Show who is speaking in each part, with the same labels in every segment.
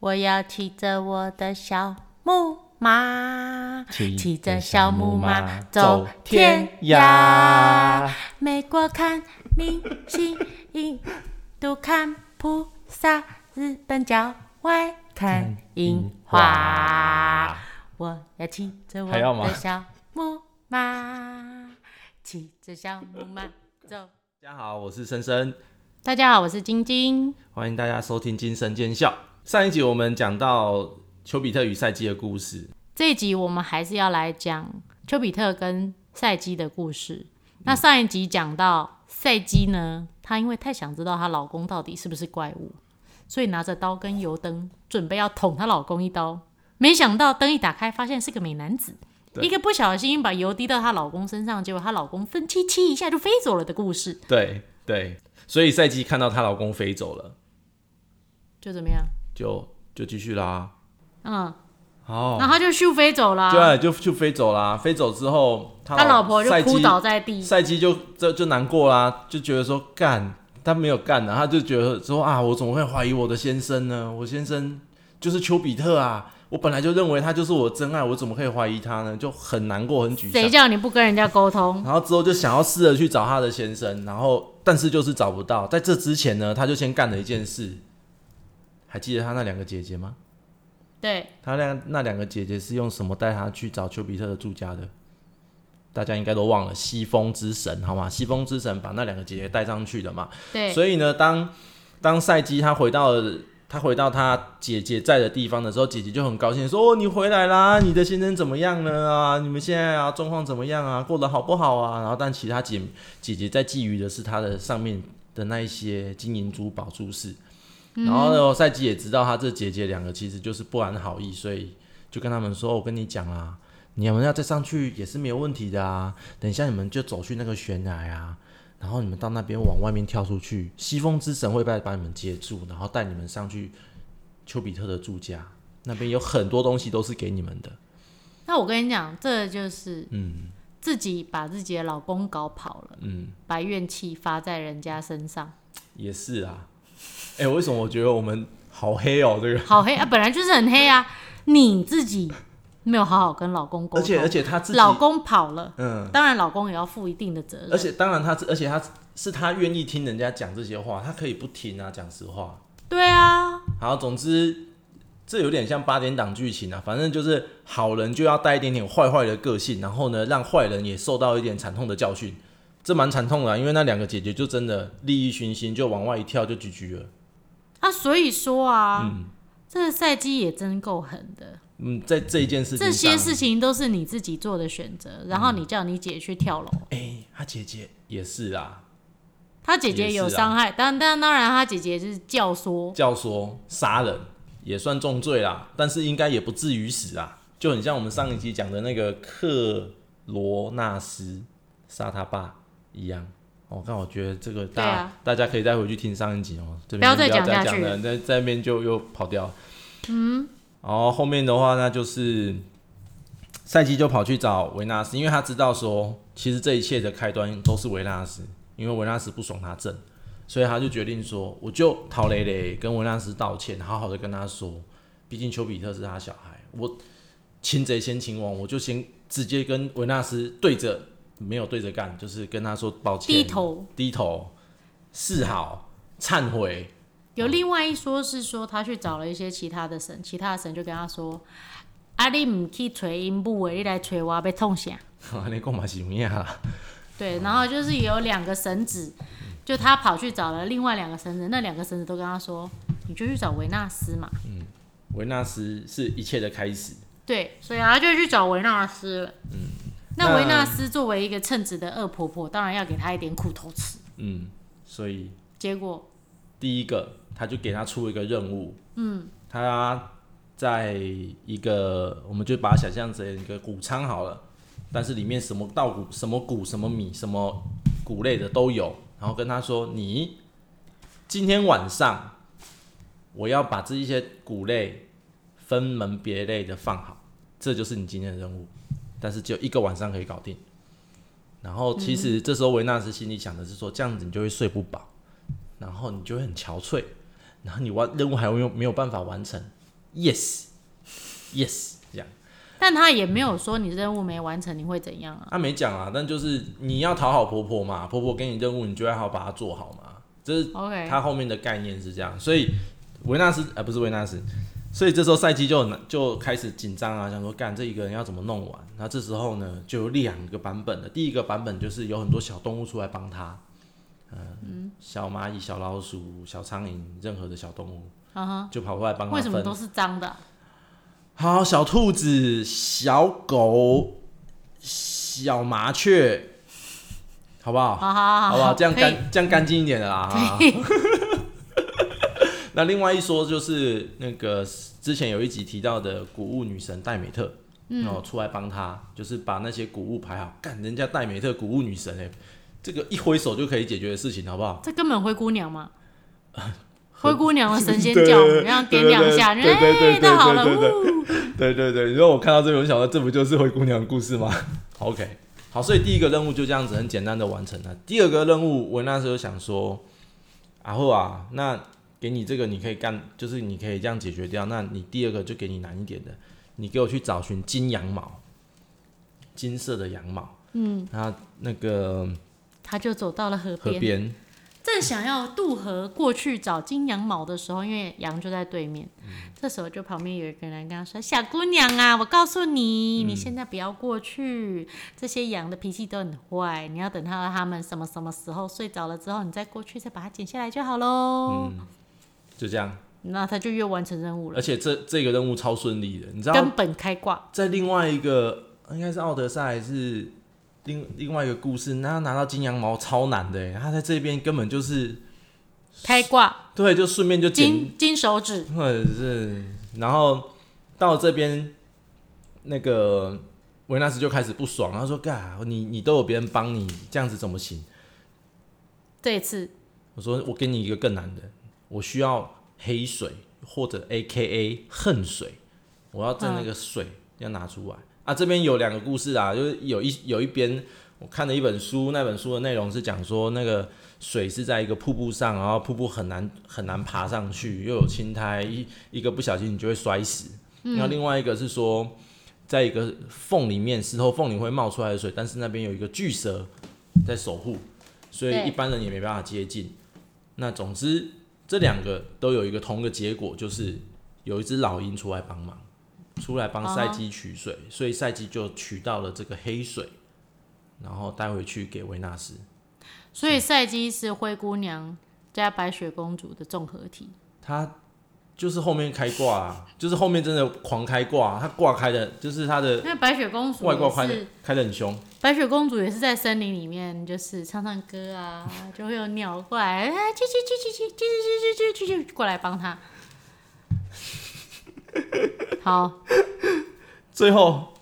Speaker 1: 我要骑着我的小木马，
Speaker 2: 骑
Speaker 1: 骑
Speaker 2: 着
Speaker 1: 着
Speaker 2: 小
Speaker 1: 小
Speaker 2: 木
Speaker 1: 木
Speaker 2: 马
Speaker 1: 马
Speaker 2: 走
Speaker 1: 走
Speaker 2: 天
Speaker 1: 天
Speaker 2: 涯
Speaker 1: 涯。美国看明星，印度看菩萨，日本郊外看樱花。我要骑着我
Speaker 2: 还要吗
Speaker 1: 的小木马，骑着小木马走。
Speaker 2: 大家好，我是深深，
Speaker 1: 大家好，我是晶晶。
Speaker 2: 欢迎大家收听《精神尖笑》。上一集我们讲到丘比特与赛姬的故事，
Speaker 1: 这一集我们还是要来讲丘比特跟赛姬的故事。那上一集讲到赛姬呢，她因为太想知道她老公到底是不是怪物，所以拿着刀跟油灯准备要捅她老公一刀。没想到灯一打开，发现是个美男子，
Speaker 2: 对
Speaker 1: 一个不小心把油滴到她老公身上，结果她老公分七七一下就飞走了的故事，
Speaker 2: 对对，所以赛姬看到她老公飞走了，
Speaker 1: 就怎么样？
Speaker 2: 就就继续啦。
Speaker 1: 嗯，
Speaker 2: 哦，
Speaker 1: 然后她就咻飞走了、
Speaker 2: 对，就就飞走啦。飞走之后，他
Speaker 1: 啊他老婆就
Speaker 2: 赛
Speaker 1: 哭
Speaker 2: 姬
Speaker 1: 倒在地。
Speaker 2: 赛姬就这就难过啦，就觉得说干他没有干啊，他就觉得说啊，我怎么会怀疑我的先生呢？我先生就是丘比特啊，我本来就认为他就是我的真爱，我怎么可以怀疑他呢？就很难过，很沮
Speaker 1: 谁
Speaker 2: 丧。
Speaker 1: 叫你不跟人家沟通？
Speaker 2: 然后之后就想要试着去找他的先生，然后但是就是找不到。在这之前呢，他就先干了一件事，还记得他那两个姐姐吗？
Speaker 1: 对，
Speaker 2: 他那那两个姐姐是用什么带他去找丘比特的住家的？大家应该都忘了西风之神，好吗？西风之神把那两个姐姐带上去的嘛。
Speaker 1: 对，
Speaker 2: 所以呢，当当赛姬她回到她回到她姐姐在的地方的时候，姐姐就很高兴说：“哦，你回来啦！你的先生怎么样了啊？你们现在啊状况怎么样啊？过得好不好啊？”然后，但其他姐姐姐在觊觎的是她的上面的那一些金银珠宝珠饰。然后呢，赛姬也知道她这姐姐两个其实就是不安好意，所以就跟他们说：“我跟你讲啦，你们要再上去也是没有问题的啊。等一下你们就走去那个悬崖啊，然后你们到那边往外面跳出去，西风之神会把把你们接住，然后带你们上去丘比特的住家。那边有很多东西都是给你们的。
Speaker 1: 那我跟你讲，这就是
Speaker 2: 嗯
Speaker 1: 自己把自己的老公搞跑了，
Speaker 2: 嗯，
Speaker 1: 把怨气发在人家身上，
Speaker 2: 也是啊。哎、为什么我觉得我们好黑哦？这个，
Speaker 1: 好黑啊！本来就是很黑啊，你自己没有好好跟老公沟
Speaker 2: 而且而
Speaker 1: 通，
Speaker 2: 且他自己，
Speaker 1: 老公跑了，
Speaker 2: 嗯，
Speaker 1: 当然老公也要负一定的责任。
Speaker 2: 而且当然他自，而且他是他愿意听人家讲这些话，他可以不听啊，讲实话。
Speaker 1: 对啊，
Speaker 2: 好，总之这有点像八点档剧情啊，反正就是好人就要带一点点坏坏的个性，然后呢，让坏人也受到一点惨痛的教训。这蛮惨痛的、啊，因为那两个姐姐就真的利益熏心，就往外一跳就 GG 了。
Speaker 1: 啊，所以说啊，
Speaker 2: 嗯
Speaker 1: 这个赛季也真够狠的，
Speaker 2: 嗯，在这一件事情上，
Speaker 1: 这些事情都是你自己做的选
Speaker 2: 嗯
Speaker 1: 择，然后你叫你姐去跳楼。
Speaker 2: 哎、她姐姐也是啊，
Speaker 1: 她姐姐有
Speaker 2: 也是啊
Speaker 1: 伤害，当当当然，她姐姐就是教唆，
Speaker 2: 教唆杀人也算重罪啦，但是应该也不至于死啊，就很像我们上一集讲的那个克罗纳斯杀他爸一样。哦，看我觉得这个大
Speaker 1: 对
Speaker 2: 家、
Speaker 1: 啊
Speaker 2: 大家可以再回去听上一集哦，这边
Speaker 1: 不要再
Speaker 2: 就
Speaker 1: 讲
Speaker 2: 再
Speaker 1: 下
Speaker 2: 讲
Speaker 1: 去
Speaker 2: 了，那在那边就又跑掉。嗯，然后后面的话，那就是赛季就跑去找维纳斯，因为他知道说，其实这一切的开端都是维纳斯，因为维纳斯不爽他正，所以他就决定说，我就陶蕾蕾跟维纳斯道歉，好好的跟他说，毕竟丘比特是他小孩，我擒贼先擒王，我就先直接跟维纳斯对着，没有对着干，就是跟他说抱歉，
Speaker 1: 低头
Speaker 2: 低头示好，忏悔， 嗯
Speaker 1: 有另外一说是说，他去找了一些其他的神，其他的神就跟他说：“啊，你唔去锤阴部诶，你来锤我被痛醒。
Speaker 2: 你讲嘛是有影啦，”哦
Speaker 1: 对，然后就是有两个神子，就他跑去找了另外两个神子，那两个神子都跟他说：“你就去找维纳斯嘛。
Speaker 2: 维纳斯是一切的开始，”
Speaker 1: 对，所以他就去找维纳斯了。嗯，
Speaker 2: 那
Speaker 1: 那维纳斯作为一个称职的恶婆婆，当然要给他一点苦头吃。
Speaker 2: 嗯，所以
Speaker 1: 结果
Speaker 2: 第一个，他就给他出一个任务，嗯，他在一个，我们就把它想象成一个谷仓好了，但是里面什么稻谷、什么谷、什么米、什么谷类的都有，然后跟他说，你今天晚上我要把这一些谷类分门别类的放好，这就是你今天的任务，但是只有一个晚上可以搞定。然后其实这时候维纳斯心里想的是说，这样子你就会睡不饱。然后你就会很憔悴，然后你完任务还没有没有办法完成， yes yes 这样。
Speaker 1: 但他也没有说你任务没完成你会怎样啊？
Speaker 2: 他没讲啊，但就是你要讨好婆婆嘛，婆婆给你任务，你就要好好把它做好嘛。这是
Speaker 1: OK
Speaker 2: 他后面的概念是这样，所以维纳斯呃不是维纳斯，所以这时候赛季就很难就开始紧张啊，想说干这一个人要怎么弄完。那这时候呢，就有两个版本的，第一个版本就是有很多小动物出来帮他，嗯，小蚂蚁、小老鼠、小苍蝇，任何的小动物
Speaker 1: 啊哈，
Speaker 2: 就跑过来帮他
Speaker 1: 为什么
Speaker 2: 分。
Speaker 1: 都是脏的啊？
Speaker 2: 好，小兔子、小狗、小麻雀，好不好？
Speaker 1: 好好好
Speaker 2: 好不好？这样
Speaker 1: 可以
Speaker 2: 干这样干净一点的啦。哈
Speaker 1: 可以
Speaker 2: 那另外一说就是那个之前有一集提到的谷物女神戴美特，
Speaker 1: 嗯
Speaker 2: 然后出来帮他，就是把那些谷物排好。干，人家戴美特谷物女神哎、这个一挥手就可以解决的事情，好不好？
Speaker 1: 这根本灰姑娘嘛，灰姑娘的神仙教母，然后点两下，
Speaker 2: 对对对
Speaker 1: 哎，那好了，
Speaker 2: 对对
Speaker 1: 呜
Speaker 2: 对对对，你说我看到这个，我就想到这不就是灰姑娘的故事吗 ？OK，好，所以第一个任务就这样子很简单的完成了。第二个任务，我那时候想说，然后啊，那给你这个你可以干，就是你可以这样解决掉。那你第二个就给你难一点的，你给我去找寻金羊毛，金色的羊毛。嗯，然后那个
Speaker 1: 他就走到了河
Speaker 2: 河
Speaker 1: 边，
Speaker 2: 边，
Speaker 1: 正想要渡河过去找金羊毛的时候，因为羊就在对面，这时候就旁边有一个人跟他说：“小姑娘啊，我告诉你，你现在不要过去，这些羊的脾气都很坏，你要等到它们什么什么时候睡着了之后，你再过去再把它剪下来就好喽。
Speaker 2: 就这样。
Speaker 1: 那他就越完成任务了
Speaker 2: 而，且这这个任务超顺利的，你知道
Speaker 1: 根本开挂。
Speaker 2: 在另外一个应该是奥德赛还是另另外一个故事，那他拿到金羊毛超难的欸耶，他在这边根本就是
Speaker 1: 开挂
Speaker 2: 对，就顺便就捡，
Speaker 1: 金金手指，
Speaker 2: 或者是然后到这边那个维纳斯就开始不爽，他说：“干，你你都有别人帮你，这样子怎么行
Speaker 1: 这一次？”
Speaker 2: 我说：“我给你一个更难的，我需要黑水或者 A K A 恨水，我要在那个水要拿出来啊。”这边有两个故事啊，就是有一有一边我看了一本书，那本书的内容是讲说那个水是在一个瀑布上，然后瀑布很难很难爬上去，又有青苔，一一个不小心你就会摔死。然后另外一个是说，在一个缝里面，石头缝里会冒出来的水，但是那边有一个巨蛇在守护，所以
Speaker 1: 对
Speaker 2: 一般人也没办法接近。那总之，这两个都有一个同个结果，就是有一只老鹰出来帮忙，出来帮赛基取水，所以赛基就取到了这个黑水，然后带回去给维纳斯。
Speaker 1: 所以赛基是灰姑娘加白雪公主的综合体。
Speaker 2: 他就是后面开挂、啊，就是后面真的狂开挂、啊，他挂开的，就是他的
Speaker 1: 那白雪公主
Speaker 2: 外挂
Speaker 1: 也
Speaker 2: 开
Speaker 1: 是
Speaker 2: 的，开的很凶。
Speaker 1: 白雪公主也是在森林里面，就是唱唱歌啊，就会有鸟过来，哎，叽叽叽叽叽叽叽叽叽叽叽过来帮她。好，
Speaker 2: 最后，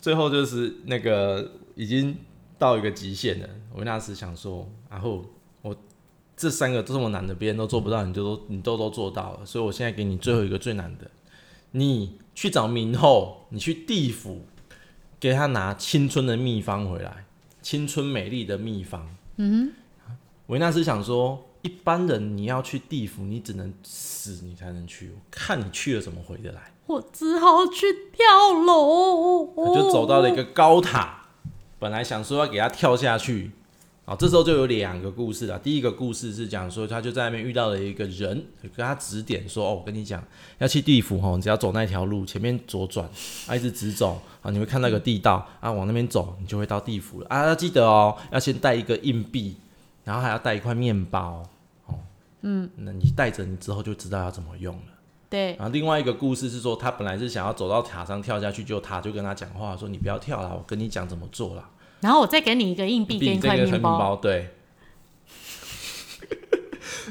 Speaker 2: 最后就是那个已经到一个极限了。维纳斯想说，然后我这三个这么难的，别人都做不到，你就都你都都做到了，所以我现在给你最后一个最难的，你去找冥后，你去地府，给他拿青春的秘方回来，青春美丽的秘方。嗯，维纳斯想说。一般人你要去地府，你只能死，你才能去。我看你去了怎么回得来。
Speaker 1: 我只好去跳楼。
Speaker 2: 他就走到了一个高塔，本来想说要给他跳下去，啊，这时候就有两个故事了。第一个故事是讲说，他就在那边遇到了一个人，跟他指点说：“哦，我跟你讲，要去地府哈，哦你只要走那条路，前面左转，啊，一直直走啊，你会看到一个地道啊，往那边走，你就会到地府了啊。要记得哦，要先带一个硬币，然后还要带一块面包哦。嗯，那你带着，你之后就知道要怎么用了。”
Speaker 1: 对，
Speaker 2: 然后另外一个故事是说，他本来是想要走到塔上跳下去，就塔就跟他讲话说：“你不要跳啦，我跟你讲怎么做啦。
Speaker 1: 然后我再给你一个硬”币跟一
Speaker 2: 这
Speaker 1: 块
Speaker 2: 个面
Speaker 1: 面包，
Speaker 2: 包，对。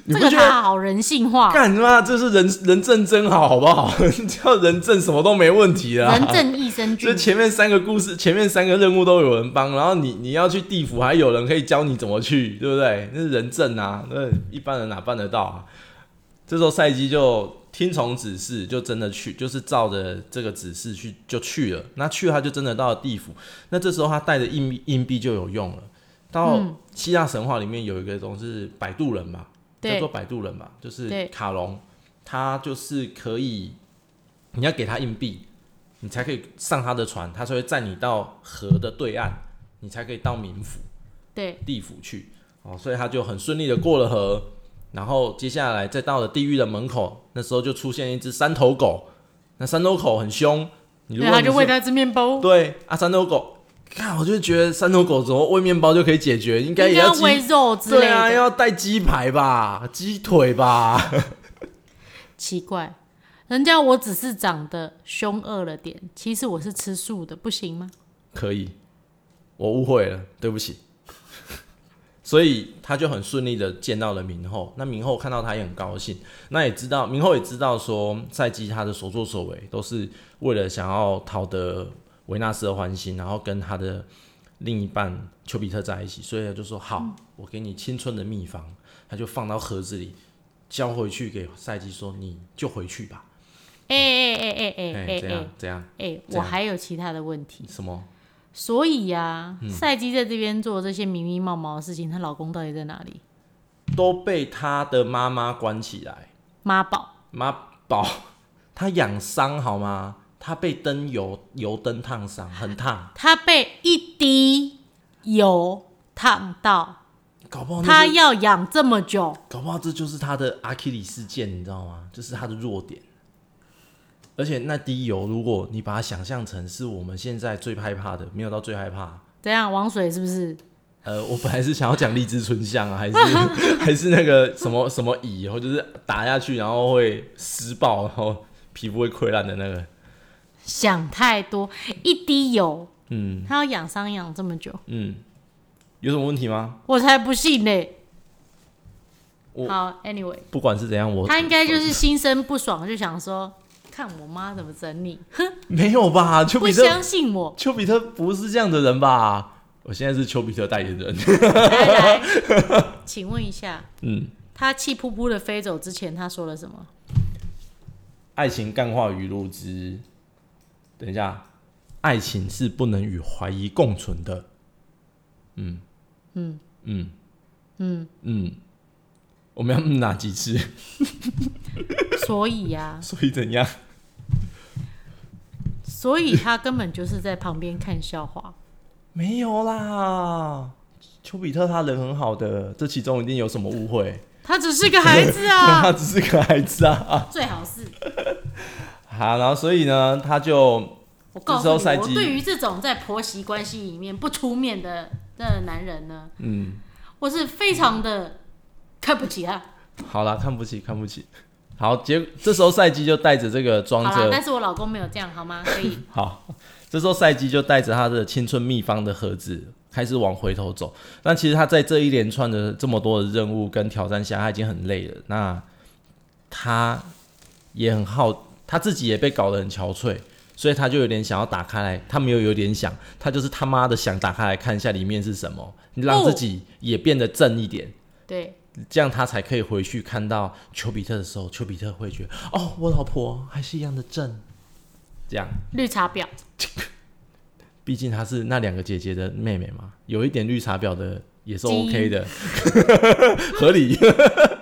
Speaker 2: 你
Speaker 1: 这
Speaker 2: 不
Speaker 1: 个
Speaker 2: 觉得
Speaker 1: 他好人性化，
Speaker 2: 干嘛？这是人人证真好，好不好？ 叫人证什么都没问题啦。
Speaker 1: 人证益生
Speaker 2: 这
Speaker 1: 菌。
Speaker 2: 前面三个故事，前面三个任务都有人帮，然后你你要去地府，还有人可以教你怎么去，对不对？那是人证啊，那一般人哪办得到啊？这时候赛基就听从指示，就真的去，就是照着这个指示去就去了。那去了他就真的到了地府，那这时候他带着硬币硬币就有用了。到希腊神话里面有一个东西是摆渡人嘛，叫
Speaker 1: 对
Speaker 2: 做摆渡人嘛，就是
Speaker 1: 对
Speaker 2: 卡隆，他就是可以你要给他硬币，你才可以上他的船，他才会载你到河的对岸，你才可以到冥府
Speaker 1: 对，
Speaker 2: 地府去。哦，所以他就很顺利的过了河，然后接下来再到了地狱的门口，那时候就出现一只三头狗，那三头狗很凶，你如
Speaker 1: 对，
Speaker 2: 果
Speaker 1: 他
Speaker 2: 你
Speaker 1: 就是喂他吃面包，
Speaker 2: 对啊，三头狗，看我就觉得三头狗怎么喂面包就可以解决，应该
Speaker 1: 应
Speaker 2: 也
Speaker 1: 该要
Speaker 2: 鸡
Speaker 1: 喂肉之类
Speaker 2: 对啊，
Speaker 1: 的，
Speaker 2: 要带鸡排吧，鸡腿吧，
Speaker 1: 奇怪。人家我只是长得凶恶了点，其实我是吃素的，不行吗？
Speaker 2: 可以，我误会了，对不起。所以他就很顺利的见到了明后，那明后看到他也很高兴，那也知道明后也知道说赛季他的所作所为都是为了想要讨得维纳斯的欢心，然后跟他的另一半丘比特在一起，所以他就说好，
Speaker 1: 嗯
Speaker 2: 我给你青春的秘方，他就放到盒子里交回去给赛季说，你就回去吧，
Speaker 1: 哎哎哎哎哎
Speaker 2: 哎、
Speaker 1: 哎
Speaker 2: 这样
Speaker 1: 哎
Speaker 2: 这样
Speaker 1: 哎，我
Speaker 2: 这样
Speaker 1: 还有其他的问题。
Speaker 2: 什么？
Speaker 1: 所以呀、
Speaker 2: 嗯
Speaker 1: 赛姬在这边做这些迷迷毛毛的事情，她老公到底在哪里？
Speaker 2: 都被他的妈妈关起来，
Speaker 1: 妈宝，
Speaker 2: 妈宝， 他养伤好吗？他被灯油油灯烫伤，很烫，
Speaker 1: 她被一滴油烫到，
Speaker 2: 搞不好哦那
Speaker 1: 她
Speaker 2: 就
Speaker 1: 要养这么久，
Speaker 2: 搞不好这就是他的阿基里事件，你知道吗？就是他的弱点。而且那滴油，如果你把它想象成是我们现在最害怕的，没有到最害怕。
Speaker 1: 怎样？王水是不是？
Speaker 2: 呃， 我本来是想要讲荔枝春香 啊，还是还是那个什么什么蚁，然后就是打下去，然后会施暴，然后皮肤会溃烂的那个。
Speaker 1: 想太多，一滴油，
Speaker 2: 嗯
Speaker 1: 她要养伤养这么久，
Speaker 2: 嗯，有什么问题吗？
Speaker 1: 我才不信呢、
Speaker 2: 我
Speaker 1: 好，anyway，
Speaker 2: 不管是怎样，我
Speaker 1: 她应该就是心生不爽，就想说，看我妈怎么整 你，
Speaker 2: 没有吧？丘
Speaker 1: 不
Speaker 2: 比特，
Speaker 1: 相信 我，
Speaker 2: 丘比特不是这样的人吧？我现在是丘比特代言人。
Speaker 1: 来来，请问一下，
Speaker 2: 嗯，
Speaker 1: 他气扑扑的飞走之前，他说了什么？
Speaker 2: 爱情干话语录之，等一下，爱情是不能与怀疑共存的。嗯
Speaker 1: 嗯
Speaker 2: 嗯
Speaker 1: 嗯，
Speaker 2: 嗯，我们要嗯哪几次？
Speaker 1: 所以呀、
Speaker 2: 所以怎样？
Speaker 1: 所以他根本就是在旁边看笑话。
Speaker 2: 没有啦，丘比特他人很好的，这其中一定有什么误会。
Speaker 1: 他只是个孩子啊
Speaker 2: 他，只是个孩子啊。
Speaker 1: 最好是
Speaker 2: 好，然后所以呢，他就
Speaker 1: 我告
Speaker 2: 这时
Speaker 1: 诉
Speaker 2: 候
Speaker 1: 你，
Speaker 2: 赛
Speaker 1: 我
Speaker 2: 季
Speaker 1: 对于这种在婆媳关系里面不出面的的男人呢，
Speaker 2: 嗯。
Speaker 1: 我是非常的看不起他。
Speaker 2: 好啦，看不起，看不起。好，结这时候赛季就带着这个
Speaker 1: 好
Speaker 2: 装
Speaker 1: 啦，但
Speaker 2: 着
Speaker 1: 是我老公没有这样，好 吗？可以
Speaker 2: 好，这时候赛季就带着他的青春秘方的盒子开始往回头走。那其实他在这一连串的这么多的任务跟挑战下，他已经很累了。那他也很好，他自己也被搞得很憔悴，所以他就有点想要打开来。他没有有点想，他就是他妈的想打开来看一下里面是什么，
Speaker 1: 哦
Speaker 2: 让自己也变得正一点。
Speaker 1: 对，
Speaker 2: 这样他才可以回去看到丘比特的时候，丘比特会觉得哦，我老婆还是一样的正。这样，
Speaker 1: 绿茶婊，
Speaker 2: 毕竟她是那两个姐姐的妹妹嘛，有一点绿茶婊的也是
Speaker 1: 基因
Speaker 2: OK 的，合理。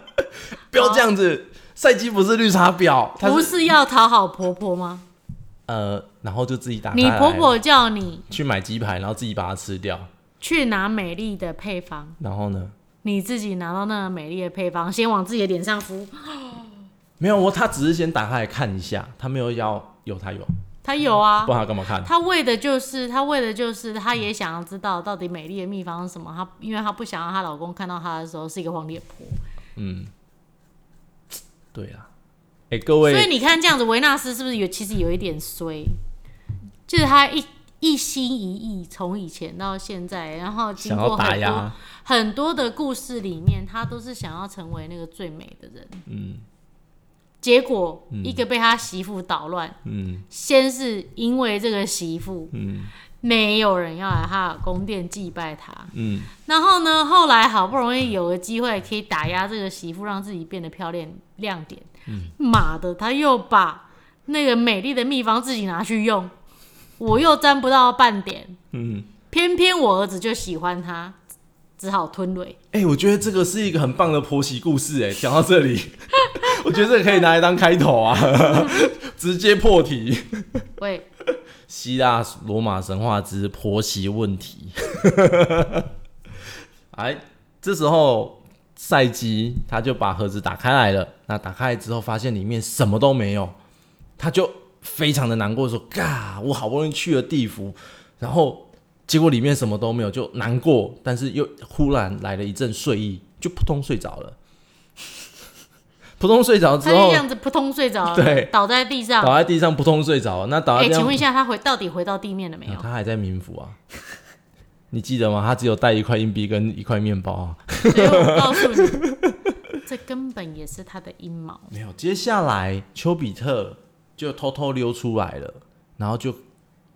Speaker 2: 不要这样子，赛基不是绿茶婊，她
Speaker 1: 不
Speaker 2: 是
Speaker 1: 是要讨好婆婆吗？
Speaker 2: 呃，然后就自己打开
Speaker 1: 你
Speaker 2: 来
Speaker 1: 婆婆叫你
Speaker 2: 去买鸡排，然后自己把它吃掉，
Speaker 1: 去拿美丽的配方，
Speaker 2: 然后呢？
Speaker 1: 你自己拿到那个美丽的配方，先往自己的脸上敷。
Speaker 2: 没有，我她只是先打开来看一下，她没有要有她有，
Speaker 1: 他有啊
Speaker 2: 嗯不，然她干嘛看？
Speaker 1: 他为的就是他为的就是他也想要知道到底美丽的秘方是什么。他因为他不想让她老公看到她的时候是一个黄脸婆，
Speaker 2: 嗯，对啦，哎、各位，
Speaker 1: 所以你看这样子，维纳斯是不是有其实有一点衰？就是他一一心一意，从以前到现在，然后经
Speaker 2: 想
Speaker 1: 过
Speaker 2: 要打
Speaker 1: 很
Speaker 2: 压
Speaker 1: 多，很多的故事里面，他都是想要成为那个最美的人。
Speaker 2: 嗯
Speaker 1: 结果一个被他媳妇捣乱，
Speaker 2: 嗯
Speaker 1: 先是因为这个媳妇
Speaker 2: 嗯
Speaker 1: 没有人要来他的宫殿祭拜他，
Speaker 2: 嗯，
Speaker 1: 然后呢，后来好不容易有个机会可以打压这个媳妇，让自己变得漂亮亮点。妈的，他又把那个美丽的秘方自己拿去用，我又沾不到半点。
Speaker 2: 嗯，
Speaker 1: 偏偏我儿子就喜欢他，只只好吞蕊。
Speaker 2: 哎、我觉得这个是一个很棒的婆媳故事、哎，讲到这里， 我觉得这个可以拿来当开头啊， 直接破题。
Speaker 1: 喂，
Speaker 2: 希腊罗马神话之婆媳问题。 哎，这时候赛基他就把盒子打开来了，那打开来之后发现里面什么都没有，他就非常的难过，说：“嘎，我好不容易去了地府，然后结果里面什么都没有，就难过，但是又忽然来了一阵睡意，就扑通睡着了。 扑通睡着之
Speaker 1: 他就
Speaker 2: 后
Speaker 1: 这，样子扑通睡着了，
Speaker 2: 对
Speaker 1: 倒在地上。
Speaker 2: 倒在地上扑通睡着了。那倒
Speaker 1: 哎、
Speaker 2: 在地上
Speaker 1: 请问一下，他回到底回到地面了没有
Speaker 2: 啊？他还在民府啊，你记得吗？他只有带一块硬币跟一块面包啊。
Speaker 1: 所以我告诉你，这根本也是他的阴谋。
Speaker 2: 没有，接下来丘比特就偷偷溜出来了，然后就，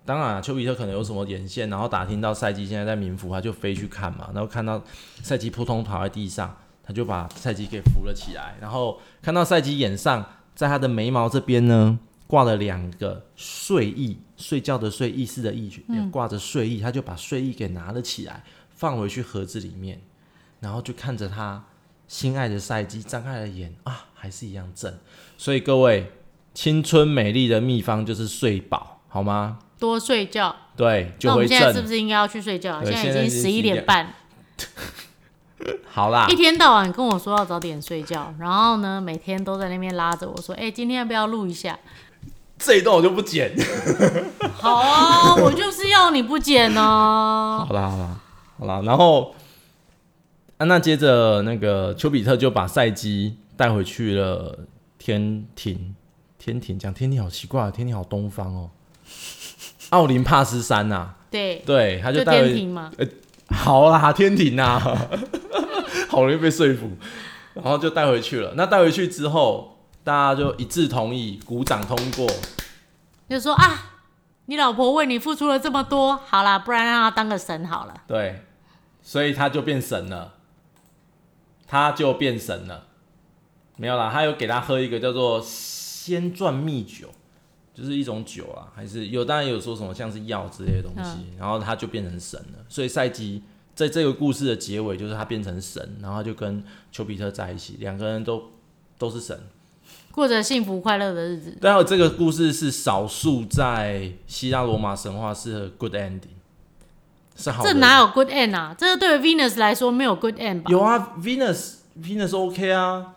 Speaker 2: 当然、啊、丘比特可能有什么眼线，然后打听到赛基现在在冥府，他就飞去看嘛，然后看到赛基扑通躺在地上，他就把赛基给扶了起来，然后看到赛基眼上在他的眉毛这边呢挂了两个睡意，睡觉的睡，意识的意，挂着睡意，他就把睡意给拿了起来，放回去盒子里面，然后就看着他心爱的赛季张开了眼啊，还是一样正。所以各位，青春美丽的秘方就是睡饱，好吗？
Speaker 1: 多睡觉。
Speaker 2: 对，就
Speaker 1: 那我
Speaker 2: 会
Speaker 1: 们现在是
Speaker 2: 正。
Speaker 1: 不是应该要去睡觉？
Speaker 2: 对
Speaker 1: 现
Speaker 2: 现在
Speaker 1: 已
Speaker 2: 已
Speaker 1: 经十
Speaker 2: 经
Speaker 1: 一
Speaker 2: 11
Speaker 1: 点半，
Speaker 2: 好啦
Speaker 1: 一，天到晚跟我说要早点睡觉，然后呢，每天都在那边拉着我说：“哎、今天要不要录一下
Speaker 2: 这一段我就不剪。？”
Speaker 1: 好啊，我就是要你不剪哦。
Speaker 2: 好啦，好啦，好啦。然后，啊、那接着那个丘比特就把赛基带回去了天庭。天庭讲天庭好奇怪，天庭好东方哦，奥林帕斯山呐、
Speaker 1: 对，
Speaker 2: 对，他
Speaker 1: 就
Speaker 2: 带回
Speaker 1: 天庭嘛。
Speaker 2: 好啦，天庭呐、 好容易被说服，然后就带回去了。那带回去之后，大家就一致同意，鼓掌通过。
Speaker 1: 就说啊，你老婆为你付出了这么多，好啦，不然让她当个神好了。
Speaker 2: 对，所以他就变神了，他就变神了。没有啦，他有给他喝一个叫做仙馔蜜酒，就是一种酒啊，还是有当然有说什么像是药之类的东西，
Speaker 1: 嗯
Speaker 2: 然后他就变成神了。所以赛基在这个故事的结尾，就是他变成神，然后他就跟丘比特在一起，两个人都都是神。
Speaker 1: 过着幸福快乐的日子，
Speaker 2: 但有这个故事是少数在希腊罗马神话是 good ending，是好的
Speaker 1: 这哪有 good end 啊？这个对于 Venus 来说没有 good end 吧？
Speaker 2: 有啊，Venus Venus OK 啊，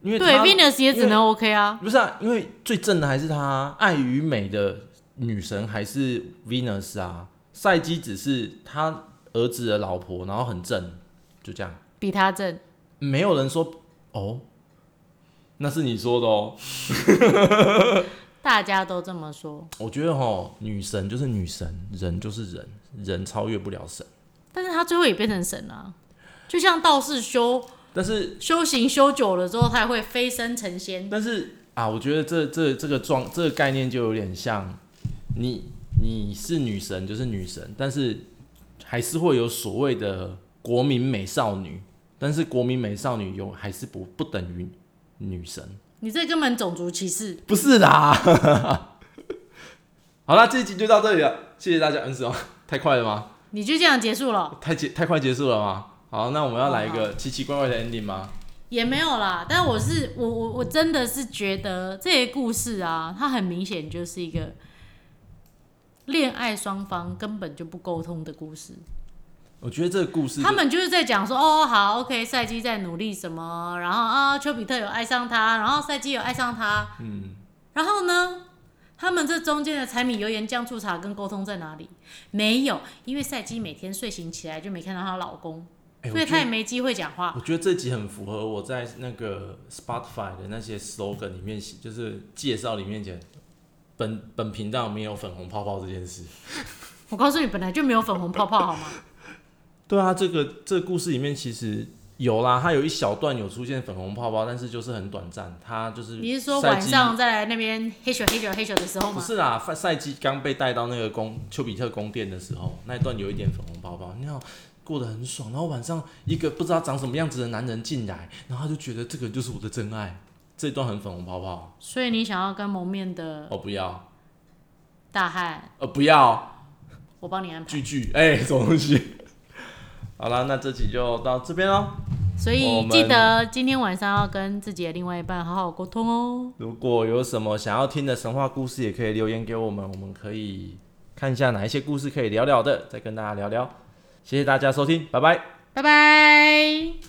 Speaker 2: 因为
Speaker 1: 对
Speaker 2: 她
Speaker 1: ，Venus 也只
Speaker 2: 因为
Speaker 1: 能 OK 啊。
Speaker 2: 不是啊，因为最正的还是她，爱与美的女神还是 Venus 啊。赛基只是他儿子的老婆，然后很正，就这样，
Speaker 1: 比他正，
Speaker 2: 没有人说哦，那是你说的哦。
Speaker 1: 大家都这么说。
Speaker 2: 我觉得哦，女神就是女神，人就是人，人超越不了神。
Speaker 1: 但是他最后也变成神了、啊，就像道士修
Speaker 2: 但是
Speaker 1: 修行修久了之后，他也会飞升成仙。
Speaker 2: 但是啊，我觉得这这这个状这个概念就有点像你你是女神就是女神，但是还是会有所谓的国民美少女，但是国民美少女有还是不不等于女神，
Speaker 1: 你这根本种族歧视。
Speaker 2: 不是啦。 好啦，这一集就到这里了，谢谢大家。嗯，是哦，太快了吗？
Speaker 1: 你就这样结束了
Speaker 2: 太结太快结束了吗？好，那我们要来一个奇奇怪怪的 ending 吗？
Speaker 1: 也没有啦，但我是我我我真的是觉得这些故事啊，它很明显就是一个恋爱双方根本就不沟通的故事。
Speaker 2: 我觉得这个故事就
Speaker 1: 他们就是在讲说，哦，好，OK，赛基在努力什么，然后啊，丘比特有爱上他，然后赛基有爱上他，嗯，然后呢，他们这中间的柴米油盐酱醋茶跟沟通在哪里？没有，因为赛基每天睡醒起来就没看到她老公，
Speaker 2: 哎我
Speaker 1: 所以
Speaker 2: 觉
Speaker 1: 她
Speaker 2: 得
Speaker 1: 也没机会讲 话。
Speaker 2: 我觉得这集很符合我在那个 Spotify 的那些 slogan 里面写，就是介绍里面讲，本本频道没有粉红泡泡这件事。
Speaker 1: 我告诉你，本来就没有粉红泡泡，好吗？
Speaker 2: 对啊，这个这个故事里面其实有啦，它有一小段有出现粉红泡泡，但是就是很短暂，它就是
Speaker 1: 你是说
Speaker 2: 嗯赛
Speaker 1: 晚
Speaker 2: 季
Speaker 1: 上再来那边黑咻黑咻黑咻的时候
Speaker 2: 不
Speaker 1: 吗？
Speaker 2: 是啦，赛赛季刚被带到那个宫丘比特宫殿的时候，那一段有一点粉红泡泡，你好过得很爽。然后晚上一个不知道长什么样子的男人进来，然后他就觉得这个就是我的真爱。这段很粉红泡泡，
Speaker 1: 所以你想要跟蒙面的
Speaker 2: 我、哦不要。
Speaker 1: 大汉，
Speaker 2: 呃，不要
Speaker 1: 我帮你安排。
Speaker 2: 句句，哎、什么东西？ 好啦，那这集就到这边喽。
Speaker 1: 所
Speaker 2: 我
Speaker 1: 以
Speaker 2: 们
Speaker 1: 记得今天晚上要跟自己的另外一半好好沟通哦。
Speaker 2: 如果有什么想要听的神话故事，也可以留言给我们，我们可以看一下哪一些故事可以聊聊的，再跟大家聊聊。谢谢大家收听，拜拜。
Speaker 1: 拜拜。